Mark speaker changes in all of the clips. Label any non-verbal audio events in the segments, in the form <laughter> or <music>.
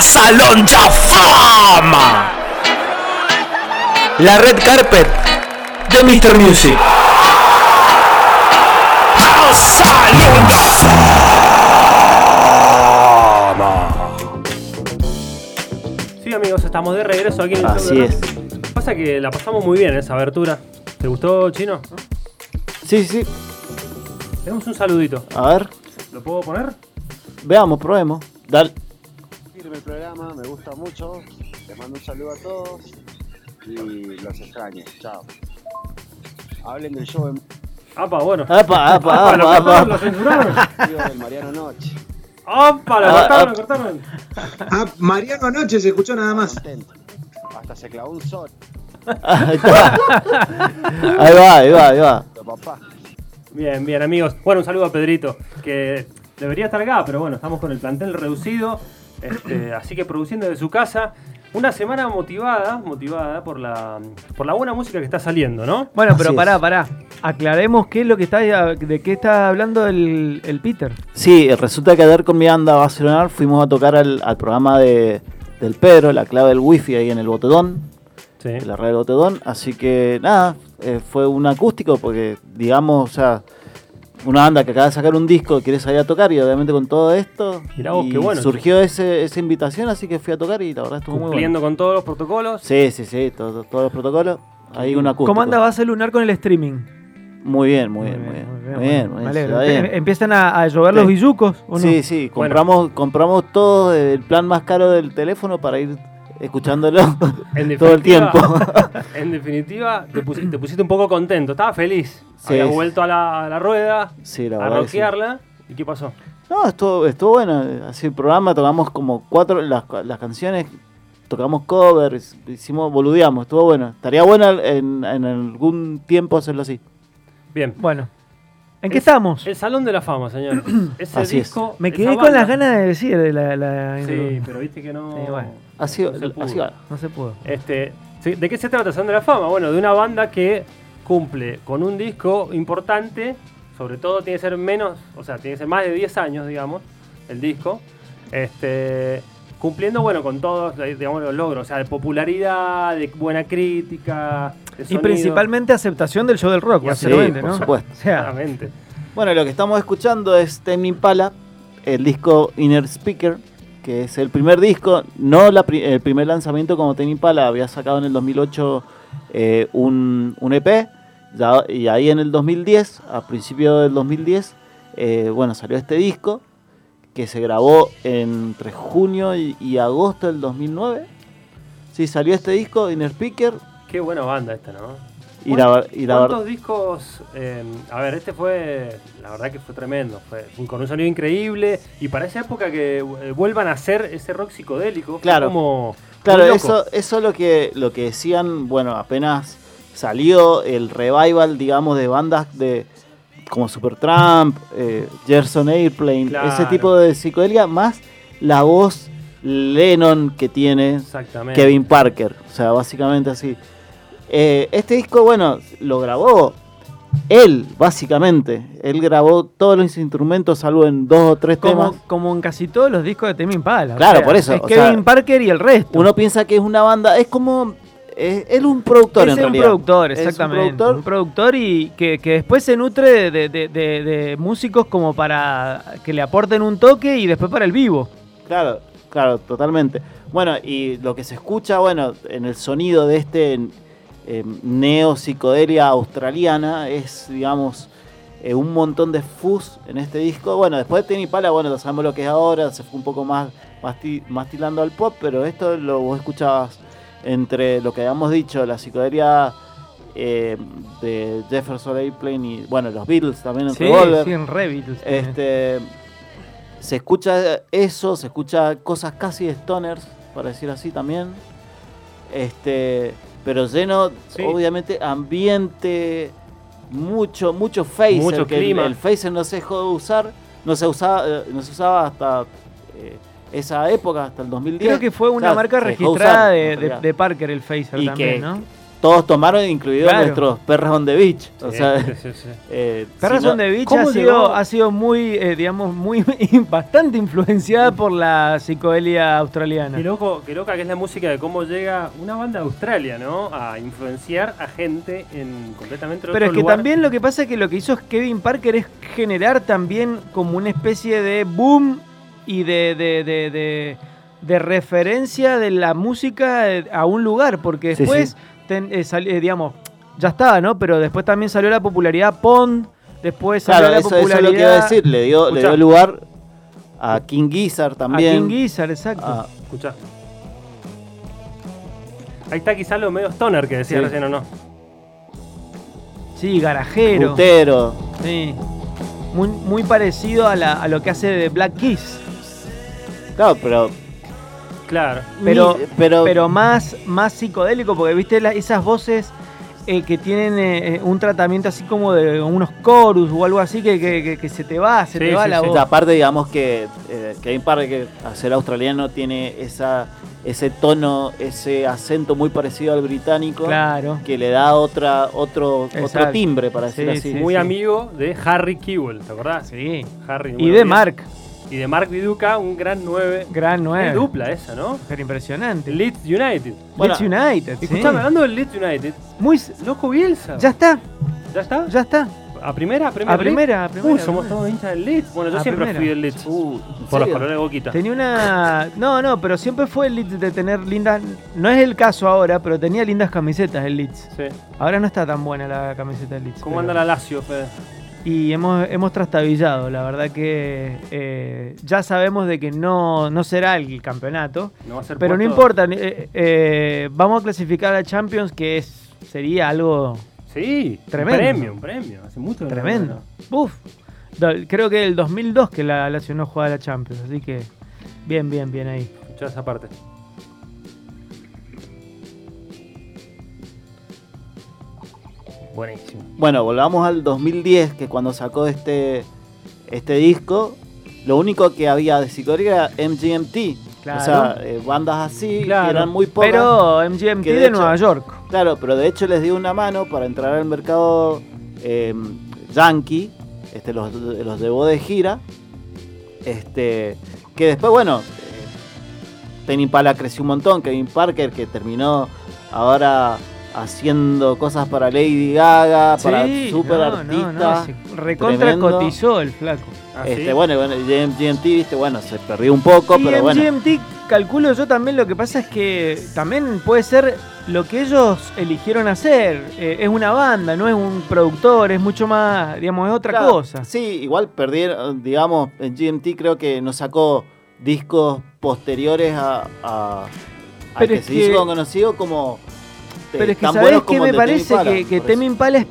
Speaker 1: Salón Ya Fama. La red carpet de Mr. Music. A Salón Ya Fama.
Speaker 2: Sí, amigos, estamos de regreso aquí en el
Speaker 3: Así
Speaker 2: Salón de
Speaker 3: es.
Speaker 2: Rock. Pasa que la pasamos muy bien esa abertura. ¿Te gustó, Chino? ¿No?
Speaker 3: Sí, sí, sí.
Speaker 2: Tenemos un saludito.
Speaker 3: A ver,
Speaker 2: ¿Lo puedo poner?
Speaker 3: veamos, probemos. Dale.
Speaker 4: firme el programa, me gusta mucho. Les mando un saludo a todos y los extraño. Chao. Hablen del show en
Speaker 2: Apa, bueno.
Speaker 3: Apa, apa,
Speaker 2: Apa, lo
Speaker 3: Ah, apa, apa, <laughs>
Speaker 2: cortaron, lo censuraron.
Speaker 4: vivo del Mariano Noche.
Speaker 2: Apa, lo
Speaker 3: Ah,
Speaker 2: cortaron,
Speaker 3: ah.
Speaker 2: lo cortaron.
Speaker 5: Ah, Mariano anoche se escuchó nada más.
Speaker 4: Contento. Hasta se clavó un sol,
Speaker 3: Ahí está. Ahí va, ahí va, ahí va.
Speaker 4: papá.
Speaker 2: Bien, bien, amigos. Bueno, un saludo a Pedrito, que debería estar acá, pero bueno, estamos con el plantel reducido, este, así que produciendo desde su casa. Una semana motivada, motivada por la, por la buena música que está saliendo, ¿no?
Speaker 6: Bueno, pero
Speaker 3: Así
Speaker 6: pará,
Speaker 3: es.
Speaker 6: pará. Aclaremos qué es lo que está de qué está hablando el, el Peter.
Speaker 3: Sí, resulta que ayer con mi anda Barcelona fuimos a tocar al, al programa de, del Pedro, la clave del wifi ahí en el botedón,
Speaker 2: Sí.
Speaker 3: en la red del botedón. Así que nada, eh, fue un acústico porque, digamos, o sea, una banda que acaba de sacar un disco quiere salir a tocar y obviamente con todo esto
Speaker 2: Mirá vos,
Speaker 3: y
Speaker 2: qué bueno.
Speaker 3: surgió ese- esa invitación, así que fui a tocar y la verdad estuvo muy bueno.
Speaker 2: Cumpliendo con todos los protocolos.
Speaker 3: Sí, sí, sí, todo- todo- todos los protocolos. Ahí un acústico.
Speaker 6: ¿Cómo anda Base Lunar con el streaming?
Speaker 3: Muy bien, muy bien, muy bien. Muy bien, muy bien.
Speaker 6: Me alegro.
Speaker 3: se va bien.
Speaker 6: Em- ¿Empiezan a, a llover
Speaker 3: Sí.
Speaker 6: los billucos o no?
Speaker 3: Sí, sí,
Speaker 2: Bueno.
Speaker 3: compramos, compramos todo eh, el plan más caro del teléfono para ir escuchándolo
Speaker 2: En
Speaker 3: <laughs> todo el
Speaker 2: definitiva-
Speaker 3: tiempo.
Speaker 2: <laughs> En definitiva, te, pusi- te pusiste un poco contento, estaba feliz.
Speaker 3: Sí,
Speaker 2: Habías
Speaker 3: sí.
Speaker 2: vuelto a la, a la rueda,
Speaker 3: Sí, la
Speaker 2: a
Speaker 3: verdad. que sí.
Speaker 2: rockearla. ¿Y qué pasó?
Speaker 3: No, estuvo, estuvo bueno. Así el programa tocamos como cuatro las, las canciones, tocamos covers, hicimos, boludeamos, estuvo bueno. Estaría bueno en, en algún tiempo hacerlo así.
Speaker 2: Bien.
Speaker 6: Bueno. ¿En qué
Speaker 2: Es-
Speaker 6: estamos?
Speaker 2: El Salón de la
Speaker 3: <clears throat>
Speaker 2: Fama, señor. Ese
Speaker 3: Así es.
Speaker 2: disco.
Speaker 6: Me
Speaker 2: esa
Speaker 6: quedé con
Speaker 2: banda-
Speaker 6: las ganas de decir de la, la-
Speaker 2: Sí, pero viste que no.
Speaker 6: Sí, bueno.
Speaker 3: Así,
Speaker 2: No se pudo.
Speaker 3: así va.
Speaker 6: No se pudo.
Speaker 2: Este, ¿sí? ¿De qué se trata Salón de la Fama? Bueno, de una banda que cumple con un disco importante, sobre todo tiene que ser menos, o sea, tiene que ser más de 10 años, digamos, el disco. Este, cumpliendo, bueno, con todos, eh, digamos, los logros, o sea, de popularidad, de buena crítica, de
Speaker 6: Y
Speaker 2: sonido.
Speaker 6: principalmente pues, aceptación del show del rock,
Speaker 2: Y así,
Speaker 6: básicamente,
Speaker 3: por
Speaker 6: ¿no?
Speaker 3: supuesto.
Speaker 6: O sea,
Speaker 2: <laughs> Claramente.
Speaker 3: Bueno, lo que estamos escuchando es Tame Impala, el disco Inner Speaker, que es el primer disco, no la pri- el primer lanzamiento como Tame Impala, había sacado en el 2008 eh, un, un EP, ya- y ahí en el 2010, a principios del 2010, eh, bueno, salió este disco, que se grabó entre junio y, y agosto del 2009. Sí, salió este disco, Inner Speaker,
Speaker 2: Qué buena banda esta, ¿no?
Speaker 3: y la, ver- y la ver-
Speaker 2: ¿Cuántos discos? eh, a ver, este fue, la verdad que fue tremendo, fue un- con un sonido increíble y para esa época que eh, vuelvan a hacer ese rock psicodélico, fue
Speaker 3: Claro.
Speaker 2: como
Speaker 3: Claro,
Speaker 2: muy loco.
Speaker 3: eso, eso es lo que, lo que decían, bueno, apenas salió el revival, digamos, de bandas de como Supertramp, eh, Gerson Airplane,
Speaker 2: Claro.
Speaker 3: ese tipo de psicodelia, más la voz Lennon que tiene
Speaker 2: Exactamente.
Speaker 3: Kevin Parker, o sea, básicamente así. Eh, este disco, bueno, lo grabó él, básicamente. Él grabó todos los instrumentos, salvo en dos o tres temas.
Speaker 6: como, como en casi todos los discos de Temi Impala. o
Speaker 3: Claro,
Speaker 6: sea,
Speaker 3: por eso,
Speaker 6: Es
Speaker 3: o
Speaker 6: Kevin
Speaker 3: sea,
Speaker 6: Parker y el resto.
Speaker 3: Uno piensa que es una banda, es como. Es, él es un productor
Speaker 6: es
Speaker 3: en realidad.
Speaker 6: un productor,
Speaker 3: Es un
Speaker 6: exactamente. un, productor.
Speaker 3: productor.
Speaker 6: y que, que después se nutre de, de- de- de músicos como para que le aporten un toque y después para el vivo.
Speaker 3: Claro, claro, totalmente. Bueno, y lo que se escucha, bueno, en el sonido de este eh, neo psicodelia australiana es, digamos, eh, un montón de fuzz en este disco. Bueno, después de Tini Pala, bueno, ya sabemos lo que es ahora, se fue un poco más, más, ti- más tilando al pop, pero esto lo vos escuchabas entre lo que habíamos dicho, la psicodelia eh, de Jefferson Airplane y, bueno, los Beatles también en Revolver.
Speaker 6: sí, en Revolver.
Speaker 3: Este, se escucha eso, se escucha cosas casi de stoners, para decir así también. Este, pero lleno,
Speaker 2: Sí.
Speaker 3: obviamente, ambiente, mucho, mucho phaser.
Speaker 2: Mucho
Speaker 3: que el-
Speaker 2: clima.
Speaker 3: El, phaser no se dejó de usar, no se usaba, eh, no se usaba hasta eh, esa época, hasta el 2010.
Speaker 6: Creo que fue una
Speaker 3: O sea,
Speaker 6: marca
Speaker 3: se dejó
Speaker 6: registrada
Speaker 3: usar,
Speaker 6: de,
Speaker 3: en realidad.
Speaker 6: de- de Parker, el Phaser
Speaker 3: Y
Speaker 6: también,
Speaker 3: que-
Speaker 6: ¿no?
Speaker 3: todos tomaron, incluidos
Speaker 6: Claro.
Speaker 3: nuestros perros on the beach. O
Speaker 2: Sí,
Speaker 3: sea, <laughs>
Speaker 2: sí, sí, sí.
Speaker 3: eh,
Speaker 6: Perra
Speaker 3: si no-
Speaker 6: Son de Beach
Speaker 2: ¿cómo
Speaker 6: ha
Speaker 2: llegó?
Speaker 6: sido, ha sido muy, eh, digamos, muy <laughs> bastante influenciada por la psicodelia australiana.
Speaker 2: Qué loco, qué loca que es la música de cómo llega una banda de Australia, ¿no? A influenciar a gente en completamente otro
Speaker 6: Pero es que
Speaker 2: lugar.
Speaker 6: también lo que pasa es que lo que hizo Kevin Parker es generar también como una especie de boom y de, de, de- de- de referencia de la música eh, a un lugar, porque
Speaker 3: Sí,
Speaker 6: después, ten- eh, sali- eh, digamos, ya estaba, ¿no? Pero después también salió la popularidad Pond, después salió
Speaker 3: Claro,
Speaker 6: la
Speaker 3: eso, eso
Speaker 6: popularidad
Speaker 3: es lo que iba a decir. Le dio, le
Speaker 2: Escuchá.
Speaker 3: dio lugar a King Gizzard también. Ah.
Speaker 6: a King Gizzard, exacto.
Speaker 3: a-
Speaker 2: Escuchá. Ahí está quizá lo medio stoner que decía
Speaker 3: Sí.
Speaker 2: recién o no.
Speaker 6: Sí, garajero.
Speaker 3: Rutero.
Speaker 6: Sí. Muy, muy parecido a, la- a lo que hace de Black Keys.
Speaker 3: Claro, pero.
Speaker 2: Claro.
Speaker 6: Pero-
Speaker 3: ni- pero,
Speaker 6: pero más, más psicodélico, porque viste la- esas voces eh, que tienen eh, eh, un tratamiento así como de unos chorus o algo así que, que- que- que se te va, se
Speaker 2: Sí,
Speaker 6: te va
Speaker 2: sí,
Speaker 6: la
Speaker 2: sí.
Speaker 6: voz.
Speaker 3: aparte, digamos que eh, Kevin Parker, al ser australiano, tiene esa, ese tono, ese acento muy parecido al británico.
Speaker 6: Claro.
Speaker 3: Que le da otra, otro, otro
Speaker 6: Exacto.
Speaker 3: timbre, para decir
Speaker 6: Sí,
Speaker 3: así.
Speaker 6: sí.
Speaker 2: Muy amigo de Harry Kewell, ¿te acordás?
Speaker 6: Sí.
Speaker 2: Harry
Speaker 6: Y
Speaker 2: número
Speaker 6: de
Speaker 2: 10.
Speaker 6: Mark,
Speaker 2: Y de Mark Viduca, un gran 9.
Speaker 6: gran
Speaker 2: Qué
Speaker 6: 9.
Speaker 2: dupla esa, ¿no?
Speaker 6: Pero impresionante. Leeds
Speaker 2: Leeds United.
Speaker 3: Bueno,
Speaker 6: United. sí.
Speaker 2: Escuchame, hablando del Leeds United,
Speaker 6: Muy, s-
Speaker 2: loco Bielsa.
Speaker 6: ya está,
Speaker 2: ¿Ya está?
Speaker 6: ya está.
Speaker 2: ¿A primera? ¿A primera?
Speaker 6: A primera, a primera.
Speaker 2: Uy,
Speaker 6: a
Speaker 2: somos
Speaker 6: primera.
Speaker 2: todos hinchas del Leeds. Bueno, yo
Speaker 6: A
Speaker 2: siempre
Speaker 6: primera.
Speaker 2: fui del Leeds. Uh, por los
Speaker 3: serio?
Speaker 2: colores de boquita.
Speaker 6: Tenía una. No, no, pero siempre fue el Leeds de tener lindas. No es el caso ahora, pero tenía lindas camisetas el Leeds.
Speaker 2: Sí.
Speaker 6: Ahora no está tan buena la camiseta del Leeds.
Speaker 2: ¿Cómo
Speaker 6: pero-
Speaker 2: anda la Lazio, Fede?
Speaker 6: Y hemos, hemos trastabillado, la verdad que eh, ya sabemos de que no, no será el campeonato,
Speaker 2: No va a ser
Speaker 6: pero no
Speaker 2: puesto-
Speaker 6: importa, eh, eh, vamos a clasificar a Champions que es, sería algo
Speaker 2: Sí, Un
Speaker 6: Tremendo.
Speaker 2: premio, un premio. Hace mucho que no
Speaker 6: tremendo.
Speaker 2: gana.
Speaker 6: Uf, Do- creo que el 2002 que la Lazio no juega la Champions, así que bien, bien, bien ahí.
Speaker 2: Escuchá esa parte. Buenísimo.
Speaker 3: Bueno, volvamos al 2010, que cuando sacó este, este disco, lo único que había de psicodelia era MGMT.
Speaker 6: Claro.
Speaker 3: O sea, eh, bandas así, que eran muy pocas.
Speaker 6: pero MGMT
Speaker 3: que
Speaker 6: de,
Speaker 3: de hecho-
Speaker 6: Nueva York.
Speaker 3: Claro, pero de hecho les dio una mano para entrar al mercado eh, yankee, este, los, los llevó de gira, este, que después, bueno, eh, Tame Impala creció un montón, Kevin Parker que terminó ahora haciendo cosas para Lady Gaga, para
Speaker 6: Sí,
Speaker 3: super
Speaker 6: no, no,
Speaker 3: artistas.
Speaker 6: no, se recontra
Speaker 3: tremendo.
Speaker 6: cotizó el flaco.
Speaker 2: Ah,
Speaker 3: Este,
Speaker 2: ¿sí?
Speaker 3: bueno, y bueno, y MGMT, viste, bueno, se perdió un poco,
Speaker 6: Y
Speaker 3: pero bueno.
Speaker 6: MGMT, calculo yo también, lo que pasa es que también puede ser lo que ellos eligieron hacer. Eh, es una banda, no es un productor, es mucho más, digamos, es otra
Speaker 3: Claro,
Speaker 6: cosa.
Speaker 3: Sí, igual perdieron, digamos, en GMT creo que no sacó discos posteriores a, a, al
Speaker 6: Pero
Speaker 3: que
Speaker 6: es
Speaker 3: se
Speaker 6: que-
Speaker 3: hizo conocido como eh,
Speaker 6: Pero es que
Speaker 3: tan
Speaker 6: sabes
Speaker 3: buenos
Speaker 6: que
Speaker 3: como
Speaker 6: me
Speaker 3: el de Tame
Speaker 6: parece
Speaker 3: Impala,
Speaker 6: que, que
Speaker 3: por
Speaker 6: Tame
Speaker 3: eso.
Speaker 6: Impala es-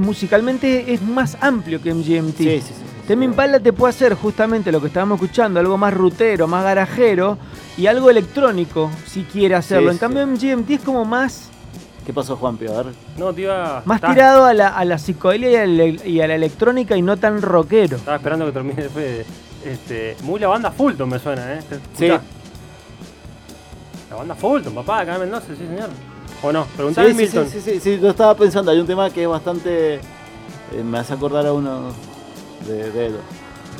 Speaker 6: musicalmente es más amplio que MGMT.
Speaker 3: Sí, sí, sí. sí,
Speaker 6: Tame
Speaker 3: sí.
Speaker 6: Impala te puede hacer justamente lo que estábamos escuchando, algo más rutero, más garajero y algo electrónico, si quiere hacerlo.
Speaker 3: Sí,
Speaker 6: en cambio, MGMT es como más,
Speaker 3: ¿Qué pasó, Juan A ver.
Speaker 2: No, te iba.
Speaker 6: más
Speaker 2: estaba-
Speaker 6: tirado a la, a la psicodelia y a la, y a la electrónica y no tan rockero.
Speaker 2: Estaba esperando que termine el Fede. Este, muy la banda Fulton me suena, ¿eh?
Speaker 3: Sí.
Speaker 2: Escuchá. La banda Fulton, papá, acá en Mendoza, sí, señor. ¿O no? Preguntale
Speaker 3: Sí,
Speaker 2: a
Speaker 3: sí,
Speaker 2: Milton.
Speaker 3: Sí, sí, sí, sí, yo estaba pensando, hay un tema que es bastante... eh, me hace acordar a uno de, de ellos.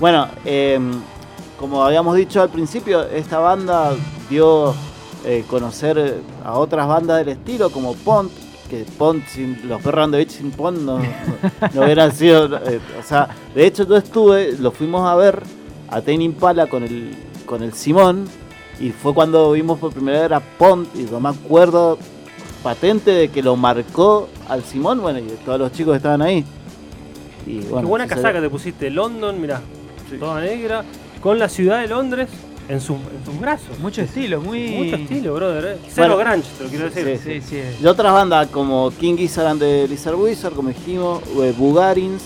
Speaker 3: Bueno, eh, como habíamos dicho al principio, esta banda dio eh, conocer a otras bandas del estilo, como Pont, que Pont, sin, los perros de Beach sin Pont no, no, no hubieran sido... eh, o sea, de hecho yo estuve, lo fuimos a ver a Tame Impala con el, con el Simón, y fue cuando vimos por primera vez a Pont, y yo me acuerdo patente de que lo marcó al Simón, bueno, y todos los chicos estaban ahí. Y, bueno,
Speaker 2: Qué buena
Speaker 3: se-
Speaker 2: casaca te pusiste. London, mirá. Toda negra. Con la ciudad de Londres en, sus- en sus brazos.
Speaker 6: Mucho estilo, muy.
Speaker 2: Mucho estilo, brother. ¿eh? Cero
Speaker 3: Bueno.
Speaker 2: grunge, te lo quiero decir.
Speaker 3: Sí,
Speaker 6: Sí, sí.
Speaker 3: Y otras bandas como King Gizzard and the Lizard Wizard, como dijimos, eh, Bugarins,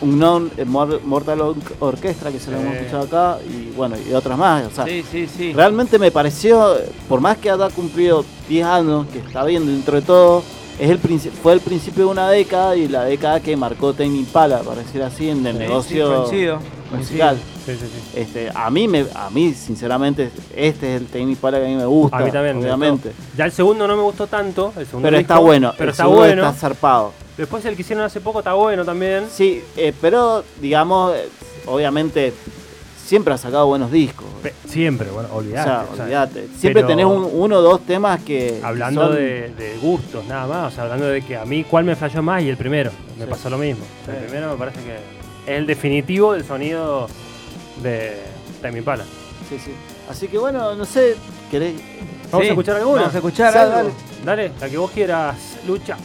Speaker 3: Unknown eh, Mor- Mortal Or- Orchestra, que se lo hemos
Speaker 2: Sí.
Speaker 3: escuchado acá, y bueno, y otras más. O sea,
Speaker 6: Sí, sí, sí.
Speaker 3: realmente me pareció, por más que haya cumplido 10 años, que está bien dentro de todo, es el princi- fue el principio de una década y la década que marcó Tame Impala, para decir así, en el
Speaker 6: Sí, sí,
Speaker 3: negocio
Speaker 6: coincido, coincido.
Speaker 3: musical.
Speaker 2: Sí, sí, sí.
Speaker 3: Este, a mí me, a mí sinceramente este es el Tame Impala que a mí me gusta,
Speaker 2: A mí también. me
Speaker 3: obviamente.
Speaker 2: gustó. Ya el segundo no me gustó tanto. el segundo
Speaker 3: Pero
Speaker 2: disco,
Speaker 3: está bueno,
Speaker 2: Pero
Speaker 3: el
Speaker 2: está
Speaker 3: segundo
Speaker 2: bueno.
Speaker 3: está zarpado.
Speaker 2: Después el que hicieron hace poco está bueno también.
Speaker 3: Sí, eh, pero digamos, eh, obviamente siempre ha sacado buenos discos.
Speaker 2: Pe- Siempre, bueno,
Speaker 3: o
Speaker 2: olvidate.
Speaker 3: sea,
Speaker 2: o sea,
Speaker 3: olvídate. Siempre
Speaker 2: pero-
Speaker 3: tenés un- uno o dos temas que.
Speaker 2: Hablando
Speaker 3: son-
Speaker 2: de, de gustos, nada más. O sea, hablando de que a mí, ¿cuál me falló más? Y el primero. Me
Speaker 3: Sí.
Speaker 2: pasó lo mismo. El
Speaker 3: Sí.
Speaker 2: primero me parece que es el definitivo del sonido de Tame Impala.
Speaker 3: Sí, sí. Así que bueno, no sé, querés.
Speaker 2: ¿Vamos
Speaker 6: Sí,
Speaker 2: a escuchar alguna?
Speaker 6: Vamos a escuchar
Speaker 3: Sí,
Speaker 6: algo.
Speaker 3: dale.
Speaker 2: Dale, la que vos quieras, Lucha.